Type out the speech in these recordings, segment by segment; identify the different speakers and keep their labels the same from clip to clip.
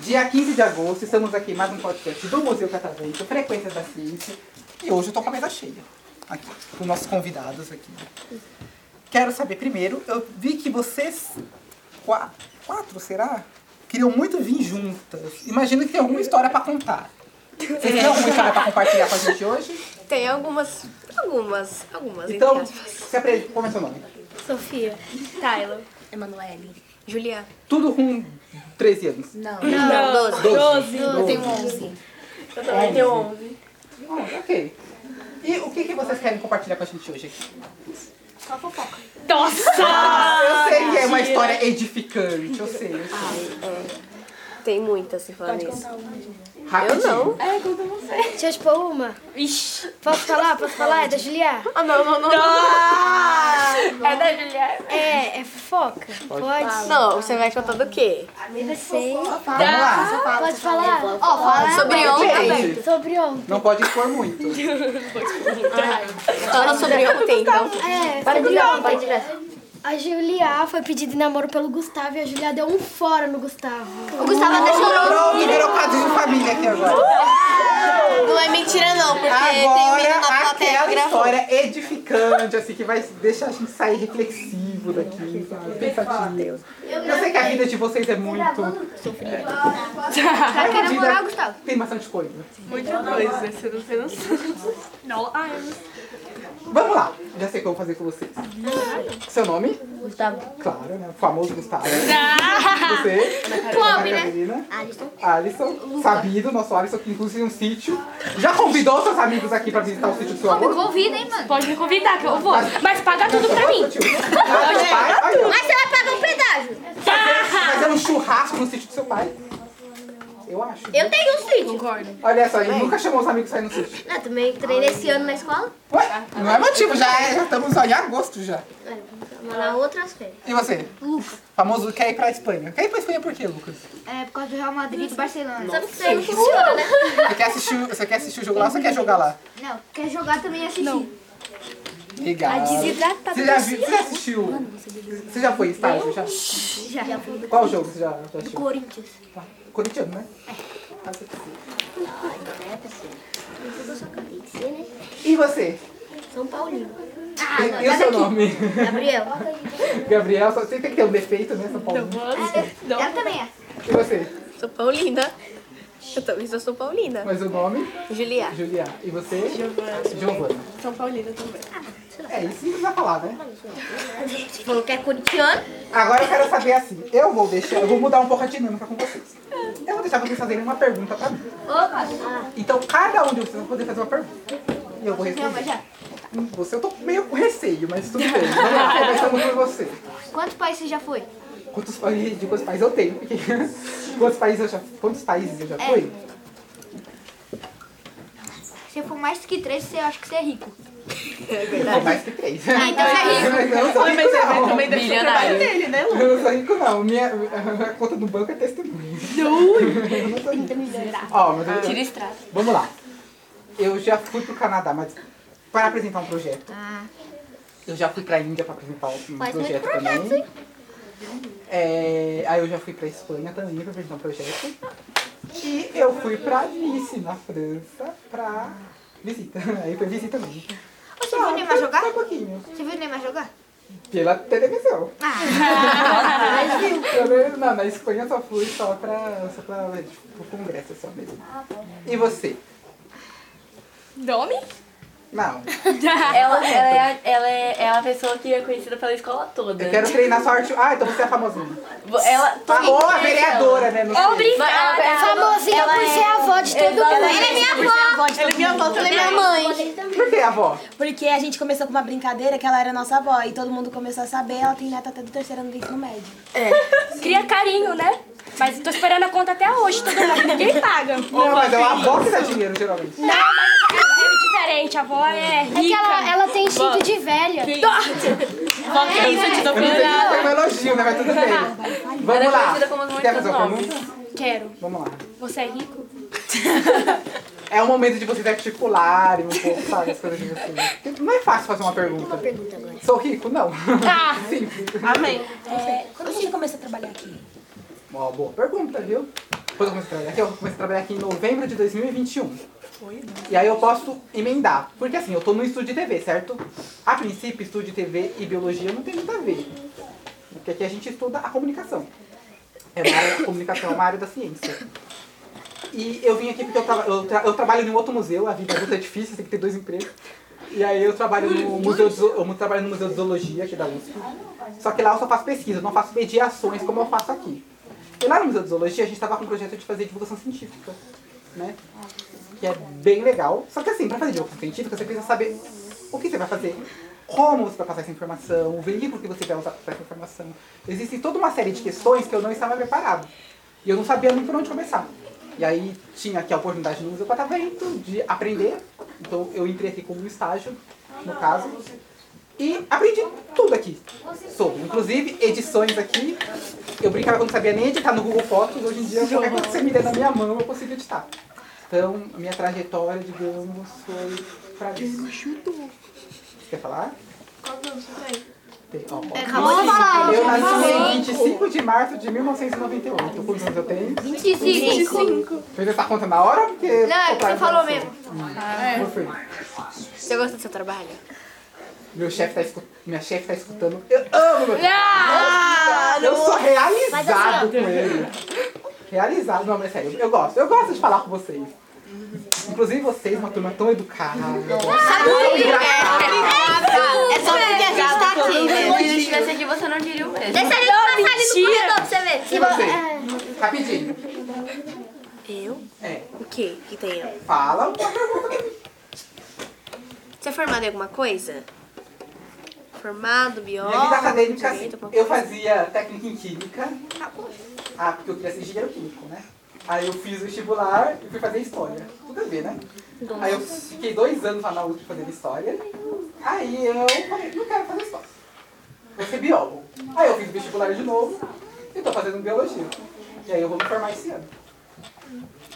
Speaker 1: Dia 15 de agosto, estamos aqui em mais um podcast do Museu Catavento, Frequências da Ciência. E hoje eu tô com a mesa cheia, aqui, com nossos convidados aqui. Quero saber primeiro, eu vi que vocês, qua- quatro, será? Queriam muito vir juntas. Imagino que tem alguma história pra contar. Vocês têm alguma história pra compartilhar com a gente hoje?
Speaker 2: Tem algumas. Algumas. Algumas,
Speaker 1: Então,
Speaker 2: entre aspas.
Speaker 1: se aprende, como é seu nome?
Speaker 2: Sofia. Tyler. Emanuele. Juliana.
Speaker 1: Tudo com 13 anos.
Speaker 2: Não, doze.
Speaker 1: 12.
Speaker 3: Eu tenho 11.
Speaker 2: Eu também tenho 11.
Speaker 1: ok. E o que, que vocês querem compartilhar com a gente hoje aqui?
Speaker 3: Nossa!
Speaker 1: eu sei que é uma história edificante, eu sei, eu sei.
Speaker 2: Tem muitas se falar nisso. Eu
Speaker 1: Rapidinho.
Speaker 2: não. É
Speaker 4: Deixa eu te pôr uma.
Speaker 3: Ixi!
Speaker 4: Posso falar? Posso falar? É da Juliá?
Speaker 2: Ah, não, não, não. Não, é da Juliana.
Speaker 4: É, é fofoca. Pode?
Speaker 2: Não, você vai contar do quê?
Speaker 4: Não sei.
Speaker 1: Vamos lá.
Speaker 4: Pode falar?
Speaker 2: Sobre ontem.
Speaker 1: Depende.
Speaker 4: Sobre ontem.
Speaker 1: Não pode expor muito.
Speaker 2: Fala sobre ontem, então.
Speaker 4: É, sobre ontem. A Juliá foi pedida em namoro pelo Gustavo e a Juliá deu um fora no Gustavo.
Speaker 2: O Gustavo até chorou.
Speaker 1: Pronto, virou caso de família aqui agora.
Speaker 2: Não é mentira, não, porque tem um menino na
Speaker 1: Agora,
Speaker 2: plateia que
Speaker 1: aquela
Speaker 2: gravou.
Speaker 1: história edificante, assim, que vai deixar a gente sair reflexivo daqui, sabe? Pensativo. Eu sei que a vida de vocês é muito... Ah, tá. Pra quem namorar, Gustavo? Tem bastante coisa.
Speaker 5: Muita coisa, você não tem noção.
Speaker 3: Não,
Speaker 1: ah,
Speaker 3: ai,
Speaker 1: é.
Speaker 3: eu não
Speaker 1: Vamos lá, já sei o que eu vou fazer com vocês. Seu nome? Gustavo. Claro, né? O famoso Gustavo. Você? Clube, né? Alisson. Alisson. Sabido, nosso Alisson, que inclusive tem um sítio. Já convidou seus amigos aqui pra visitar o sítio do seu amor?
Speaker 3: convida, hein, mano? Pode me convidar, que eu vou. Mas paga tudo pra mim.
Speaker 1: Tio. Ah, seu pai? Aí, ó.
Speaker 2: Mas você vai pagar um pedágio.
Speaker 1: Fazer um churrasco no sítio do seu pai. Eu acho.
Speaker 2: Eu tenho um sítio.
Speaker 1: Olha só, ele nunca chamou os amigos pra ir no sítio.
Speaker 2: Eu também treinei esse ano na escola.
Speaker 1: Ué, não é motivo, já, é- já estamos ó, em agosto já.
Speaker 2: Na outras férias.
Speaker 1: E você? Lucas. Famoso quer ir pra Espanha. Quer ir pra Espanha por quê, Lucas?
Speaker 4: É, por causa do Real Madrid e do Barcelona.
Speaker 2: Sabe que isso aí não funciona, né?
Speaker 1: Você quer assistir, você quer assistir o jogo lá ou você quer jogar lá?
Speaker 4: Não, quer jogar também assim. Não.
Speaker 1: Legal.
Speaker 4: tá
Speaker 1: Você já, viu, você já assistiu? Você já foi em estágio? Já? Qual jogo você já, já assistiu?
Speaker 4: Corinthians. É.
Speaker 1: Corintiano, né?
Speaker 4: assim.
Speaker 1: E você?
Speaker 4: né? São Ah, Paulino.
Speaker 1: e e o seu nome?
Speaker 4: Gabriel.
Speaker 1: Gabriel, só- você tem que ter um defeito, né, São Paulo?
Speaker 4: Ela também é.
Speaker 1: E você?
Speaker 2: Sou paulina. Eu também sou São paulina.
Speaker 1: Mas o um nome?
Speaker 2: Juliana.
Speaker 1: Juliá. E você? Giovana.
Speaker 5: São Paulina também.
Speaker 1: É isso que vai falar, né?
Speaker 2: Você falou que é corintiano.
Speaker 1: Agora eu quero saber assim, eu vou deixar, eu vou mudar um pouco a dinâmica com vocês. Eu vou deixar vocês fazerem uma pergunta pra mim. Então cada um de vocês vai poder fazer uma pergunta. E eu vou responder. Hum, Você, eu tô meio com receio, mas tudo bem. Vamos lá, começando por você.
Speaker 4: Quantos países você já foi?
Speaker 1: Quantos países, de quantos países eu tenho? Porque quantos países eu já, quantos países eu já fui?
Speaker 4: Se for mais que três, você acha que você é rico.
Speaker 1: Não, mais que três. Ah,
Speaker 4: então é
Speaker 1: Eu não sou rico,
Speaker 5: Mas
Speaker 1: não.
Speaker 5: também deve ser o trabalho dele, né, Lu?
Speaker 1: Eu não sou rico, não. Minha, a conta do banco é testemunha. Eu não sou rico. Ó, mas eu-
Speaker 3: Tira estrada.
Speaker 1: Vamos lá. Eu já fui pro Canadá, mas para apresentar um projeto. Eu já fui pra Índia para apresentar um projeto também. É, aí eu já fui pra Espanha também para apresentar um projeto. E eu fui pra Nice, na França, pra visita. Aí foi visita mesmo.
Speaker 4: Você viu o Neymar
Speaker 1: foi-
Speaker 4: jogar?
Speaker 1: Foi um pouquinho.
Speaker 4: Você viu o Neymar jogar?
Speaker 1: Pela televisão. Eu, não, na Espanha eu só fui só pra, só pra tipo, pro congresso só mesmo. E você?
Speaker 3: Nome?
Speaker 1: Não.
Speaker 6: Ela, ela, é a, ela é, é a pessoa que é conhecida pela escola toda.
Speaker 1: Eu quero treinar sua arte. Ah, então você é famosinha.
Speaker 6: Ela,
Speaker 1: Tá bom, a vereadora, né? Não sei.
Speaker 6: Obrigada!
Speaker 4: Famosinha por ser a avó de todo
Speaker 6: Ela
Speaker 4: mundo.
Speaker 6: é minha avó!
Speaker 5: Ele me avó, ele me
Speaker 2: mãe.
Speaker 1: Por que, avó?
Speaker 7: Porque a gente começou com uma brincadeira que ela era nossa avó e todo mundo começou a saber. Ela tem neta até do terceiro ano do ensino médio.
Speaker 5: É.
Speaker 3: Cria carinho, né? Mas tô esperando a conta até hoje, todo mundo. Ninguém paga.
Speaker 1: Não, mas é uma avó que dá dinheiro, geralmente.
Speaker 3: Não, mas é diferente. A avó é rica.
Speaker 4: É que ela, ela tem instinto de velha.
Speaker 6: Qual que é isso? Eu te dou
Speaker 1: Eu não sei
Speaker 6: pra-
Speaker 1: se foi um elogio, né? Mas tudo bem. Vamos
Speaker 6: Ela é
Speaker 1: lá.
Speaker 6: conhecida como as
Speaker 1: Quer
Speaker 6: muitas
Speaker 1: fazer uma
Speaker 6: nomes.
Speaker 3: é
Speaker 1: pergunta?
Speaker 3: Quero.
Speaker 1: Vamos lá.
Speaker 3: Você é rico?
Speaker 1: É o momento de vocês articularem um pouco, sabe? As coisas assim. Não é fácil fazer uma pergunta.
Speaker 4: Pergunta agora.
Speaker 1: Sou rico? Não.
Speaker 3: Tá.
Speaker 1: Simples.
Speaker 5: Amém.
Speaker 7: É, quando você começa a trabalhar aqui?
Speaker 1: Uma boa pergunta, viu? Quando eu comecei a trabalhar aqui, eu comecei a trabalhar aqui em novembro de 2021. E aí eu posso emendar. Porque assim, eu tô no estúdio de TV, certo? A princípio, estúdio de TV e biologia não tem muito a ver. Porque aqui a gente estuda a comunicação. É uma área, a comunicação é uma área da ciência. E eu vim aqui porque eu, traba- eu, tra- eu trabalho em um outro museu, a vida adulta é difícil, tem que ter dois empregos. E aí eu trabalho no museu de, Zo- eu trabalho no museu de zoologia aqui da USP. Só que lá eu só faço pesquisa, eu não faço mediações como eu faço aqui. E lá no Museu de Zoologia a gente estava com um projeto de fazer divulgação científica, né? Que é bem legal. Só que assim, para fazer divulgação científica, você precisa saber o que você vai fazer, como você vai passar essa informação, o veículo que você vai usar para passar essa informação. Existe toda uma série de questões que eu não estava preparado. E eu não sabia muito por onde começar. E aí tinha aqui a oportunidade no Museu Catavento de aprender. Então eu entrei aqui como um estágio, no caso. E aprendi tudo aqui. Sou, inclusive edições aqui. Eu brincava que eu não sabia nem editar no Google Fotos. Hoje em dia, qualquer coisa que você me der na minha mão, eu consigo editar. Então, a minha trajetória, digamos, foi pra isso. Quer falar?
Speaker 5: Quantos anos você tem?
Speaker 1: Tem- ó, ó.
Speaker 2: É,
Speaker 4: Acabou de falar.
Speaker 1: Eu nasci em 25 de março de 1998. Quantos anos eu tenho?
Speaker 2: 25.
Speaker 1: Fez essa conta na hora? Porque assim?
Speaker 2: Não, é que você falou mesmo.
Speaker 1: Hum, Eu fui.
Speaker 2: Você gosta do seu trabalho?
Speaker 1: Meu chefe tá escutando. Minha chefe tá escutando. Eu amo meu
Speaker 2: Ah,
Speaker 1: Eu sou
Speaker 2: assim,
Speaker 1: realizado com ele. Realizado, não, mas sério, eu gosto. Eu gosto de falar com vocês. Inclusive vocês, uma turma tão educada. tão engraçada.
Speaker 6: É só porque a gente tá aqui, né? Se a gente tivesse aqui, você não diria o mesmo.
Speaker 4: Deixa a gente passar ali no corredor pra você ver. Ah.
Speaker 1: E você? Rapidinho.
Speaker 2: Eu?
Speaker 1: É,
Speaker 2: O quê? que tem eu?
Speaker 1: fala um uma pergunta pra mim.
Speaker 2: Você é formado em alguma coisa? Formado, biólogo?
Speaker 1: Minha vida acadêmica, assim,
Speaker 2: direito, alguma
Speaker 1: eu
Speaker 2: coisa?
Speaker 1: fazia técnica em química. Ah, porque eu queria ser engenheiro químico, né? Aí eu fiz vestibular e fui fazer história. Tudo a ver, né? Aí eu fiquei dois anos lá na USP fazendo história. Aí eu falei, não quero fazer história. Vou ser biólogo. Aí eu fiz vestibular de novo e tô fazendo biologia. E aí eu vou me formar esse ano.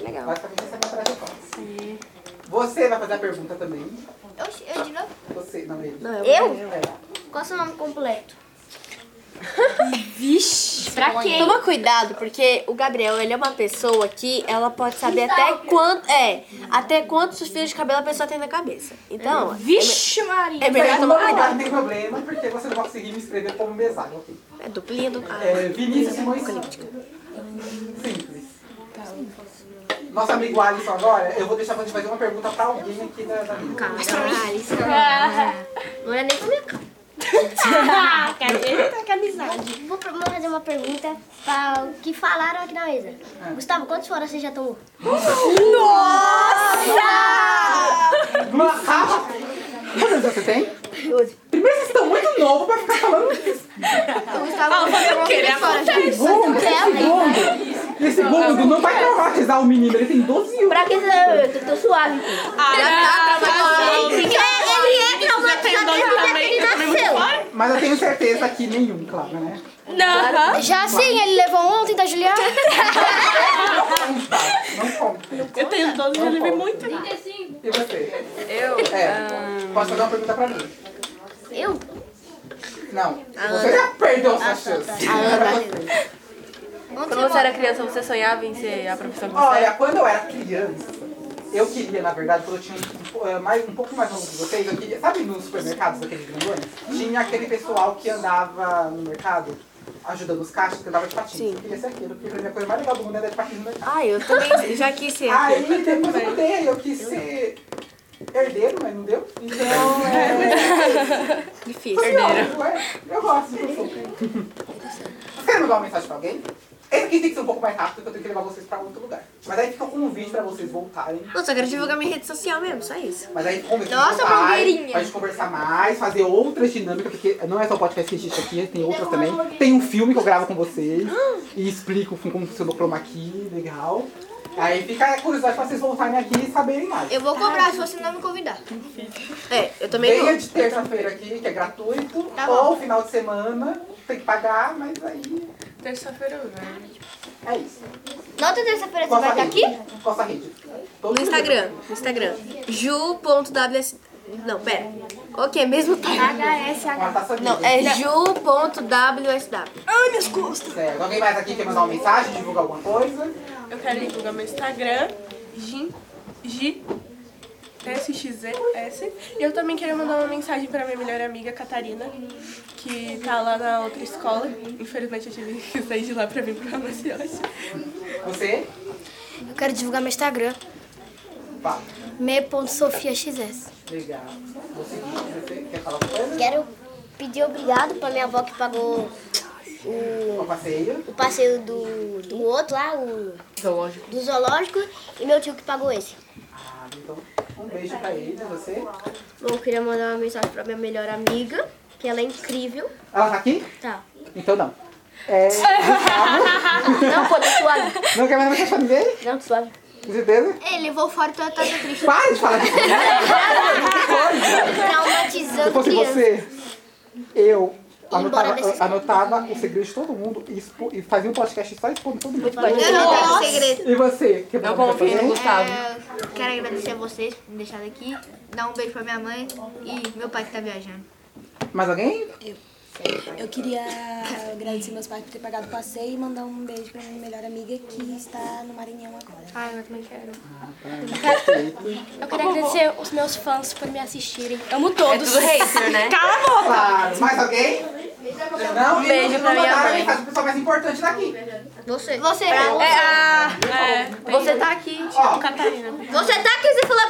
Speaker 2: Legal.
Speaker 1: Basicamente essa é a minha trajetória. Você vai fazer a pergunta também.
Speaker 4: Eu, eu de novo?
Speaker 1: Você, não ele.
Speaker 2: Não, eu?
Speaker 4: Eu?
Speaker 1: É.
Speaker 4: Qual seu nome completo?
Speaker 2: Pra quem? Toma cuidado, porque o Gabriel, ele é uma pessoa que ela pode saber até quanto. É, até quantos fios de cabelo a pessoa tem na cabeça. Então,
Speaker 3: Vixe, Maria.
Speaker 2: é melhor
Speaker 1: Mas não,
Speaker 2: tomar
Speaker 1: não
Speaker 2: cuidado.
Speaker 1: tem problema, porque você não vai conseguir me escrever como mesário. ok?
Speaker 2: É duplinha do. Ah,
Speaker 1: É, Vinícius Simões Simples. Simples. Nosso amigo Alisson agora, eu vou deixar você fazer uma pergunta pra alguém aqui da, da mesa.
Speaker 4: Não é nem pra minha cara.
Speaker 3: Eita, que amizade.
Speaker 4: Vou, pra- vou fazer uma pergunta para o que falaram aqui na mesa. Gustavo, quantos fora você já tomou?
Speaker 1: Uma rapa. ah, Quantos anos você tem? Primeiro, vocês estão muito novos pra ficar falando isso. Segundo, segundo. E segundo, não vai traumatizar o menino, ele tem 12 anos.
Speaker 4: Pra que você... Eu tô suave. Ele é traumatizado desde que ele nasceu.
Speaker 1: Mas eu tenho certeza que nenhum, claro, né?
Speaker 3: Não.
Speaker 4: Já sim, ele levou ontem da Juliana.
Speaker 1: Não conta.
Speaker 5: Eu tenho 12 e levei muito.
Speaker 1: E você? Eu? É. Posso fazer uma pergunta pra mim?
Speaker 4: Eu?
Speaker 1: Não. Você já perdeu sua chance. Agora você.
Speaker 6: Quando você era criança, você sonhava em ser a profissão que você
Speaker 1: Olha, quando eu era criança, eu queria, na verdade, quando eu tinha um, po- eh, mais, um pouco mais novo de vocês, eu queria. Sabe nos supermercados aqueles grandões? Tinha aquele pessoal que andava no mercado ajudando os caixas, que andava de patins. Eu queria ser aquilo, porque pra mim a coisa mais legal do mundo era de patins no mercado.
Speaker 2: Ah, eu também já é quis ser.
Speaker 1: Aí depois eu mudei, eu quis ser herdeiro, mas não deu. Então, é.
Speaker 2: Difícil.
Speaker 1: Herdeiro. é. Eu gosto do que eu sou. Vocês querem mandar uma mensagem pra alguém? Esse aqui tem que ser um pouco mais rápido, porque eu tenho que levar vocês pra outro lugar. Mas aí fica o convite pra vocês voltarem.
Speaker 2: Eu só quero divulgar minha rede social mesmo, só isso.
Speaker 1: Mas aí conversa
Speaker 2: Nossa, blogueirinha.
Speaker 1: Pra gente conversar mais, fazer outras dinâmicas, porque não é só o podcast que existe aqui, tem outras
Speaker 2: é
Speaker 1: também. Tem um filme que eu gravo com vocês e explico como funciona o chroma key, legal. Aí fica a curiosidade pra vocês voltarem aqui e saberem mais.
Speaker 4: Eu vou cobrar se você não me convidar.
Speaker 2: É, eu também
Speaker 1: Venha
Speaker 2: não.
Speaker 1: de terça-feira aqui, que é gratuito,
Speaker 8: Tá
Speaker 1: ou final de semana, tem que pagar, mas aí
Speaker 5: Terça-feira eu venho.
Speaker 1: é isso.
Speaker 4: Na outra terça-feira você
Speaker 1: Qual
Speaker 4: vai
Speaker 1: sua
Speaker 4: estar
Speaker 1: rede?
Speaker 4: aqui?
Speaker 1: Qual sua rede? Todo
Speaker 2: No
Speaker 1: mundo.
Speaker 2: Instagram, no Instagram. ju.ws... Não, pera. Ok, mesmo time.
Speaker 1: Uma taça
Speaker 2: Não,
Speaker 1: livre.
Speaker 2: é ju.wsw.
Speaker 8: é.
Speaker 1: Certo. Alguém mais aqui quer mandar uma mensagem, divulgar alguma coisa?
Speaker 5: Eu quero divulgar meu Instagram, Gin, G, SXS. E eu também queria mandar uma mensagem pra minha melhor amiga, Catarina, que tá lá na outra escola. Infelizmente eu tive que sair de lá pra vir pra Maceió.
Speaker 1: Você?
Speaker 4: Eu quero divulgar meu Instagram,
Speaker 1: Fala.
Speaker 4: me.sofiaxs.
Speaker 1: Legal. Você, você quer falar alguma coisa?
Speaker 8: Quero pedir obrigado pra minha avó que pagou
Speaker 1: O passeio?
Speaker 8: o passeio do, do outro lá, o,
Speaker 2: Zoológico.
Speaker 8: do zoológico, e meu tio que pagou esse.
Speaker 1: Ah, então um beijo pra ele, né? Você?
Speaker 8: Bom, eu queria mandar uma mensagem pra minha melhor amiga, que ela é incrível.
Speaker 1: Ela tá aqui?
Speaker 8: Tá.
Speaker 1: Então não. É.
Speaker 8: Não, pô, tá suave.
Speaker 1: Não quer mais mensagem pra ninguém?
Speaker 8: Não, tá suave.
Speaker 1: Com certeza?
Speaker 8: Ele levou fora
Speaker 4: então
Speaker 8: tua tata triste.
Speaker 1: Para de falar disso. Se
Speaker 8: Traumatizando
Speaker 1: fosse você, eu anotava,
Speaker 8: embora desse-
Speaker 1: anotava o segredo de todo mundo e, expo, e fazia um podcast só expondo todo mundo.
Speaker 8: Eu não tenho segredo.
Speaker 1: E você? Quer mandar alguma coisa?
Speaker 8: É, quero agradecer a vocês por me deixarem aqui, dar um beijo pra minha mãe e meu pai que tá viajando.
Speaker 1: Mais alguém?
Speaker 7: Eu queria agradecer meus pais por ter pagado o passeio e mandar um beijo pra minha melhor amiga que está no Maranhão agora.
Speaker 3: Ai, eu também quero.
Speaker 1: Perfeito.
Speaker 3: Eu quero agradecer os meus fãs por me assistirem. Amo todos.
Speaker 6: hater, né?
Speaker 3: Cala a boca!
Speaker 1: Claro. Mais alguém? Não, um
Speaker 6: beijo pra minha mãe.
Speaker 1: O pessoal mais importante daqui.
Speaker 8: Você. É, Você.
Speaker 6: Você tá aqui.
Speaker 1: Ó,
Speaker 8: Você tá aqui, você falou
Speaker 1: então,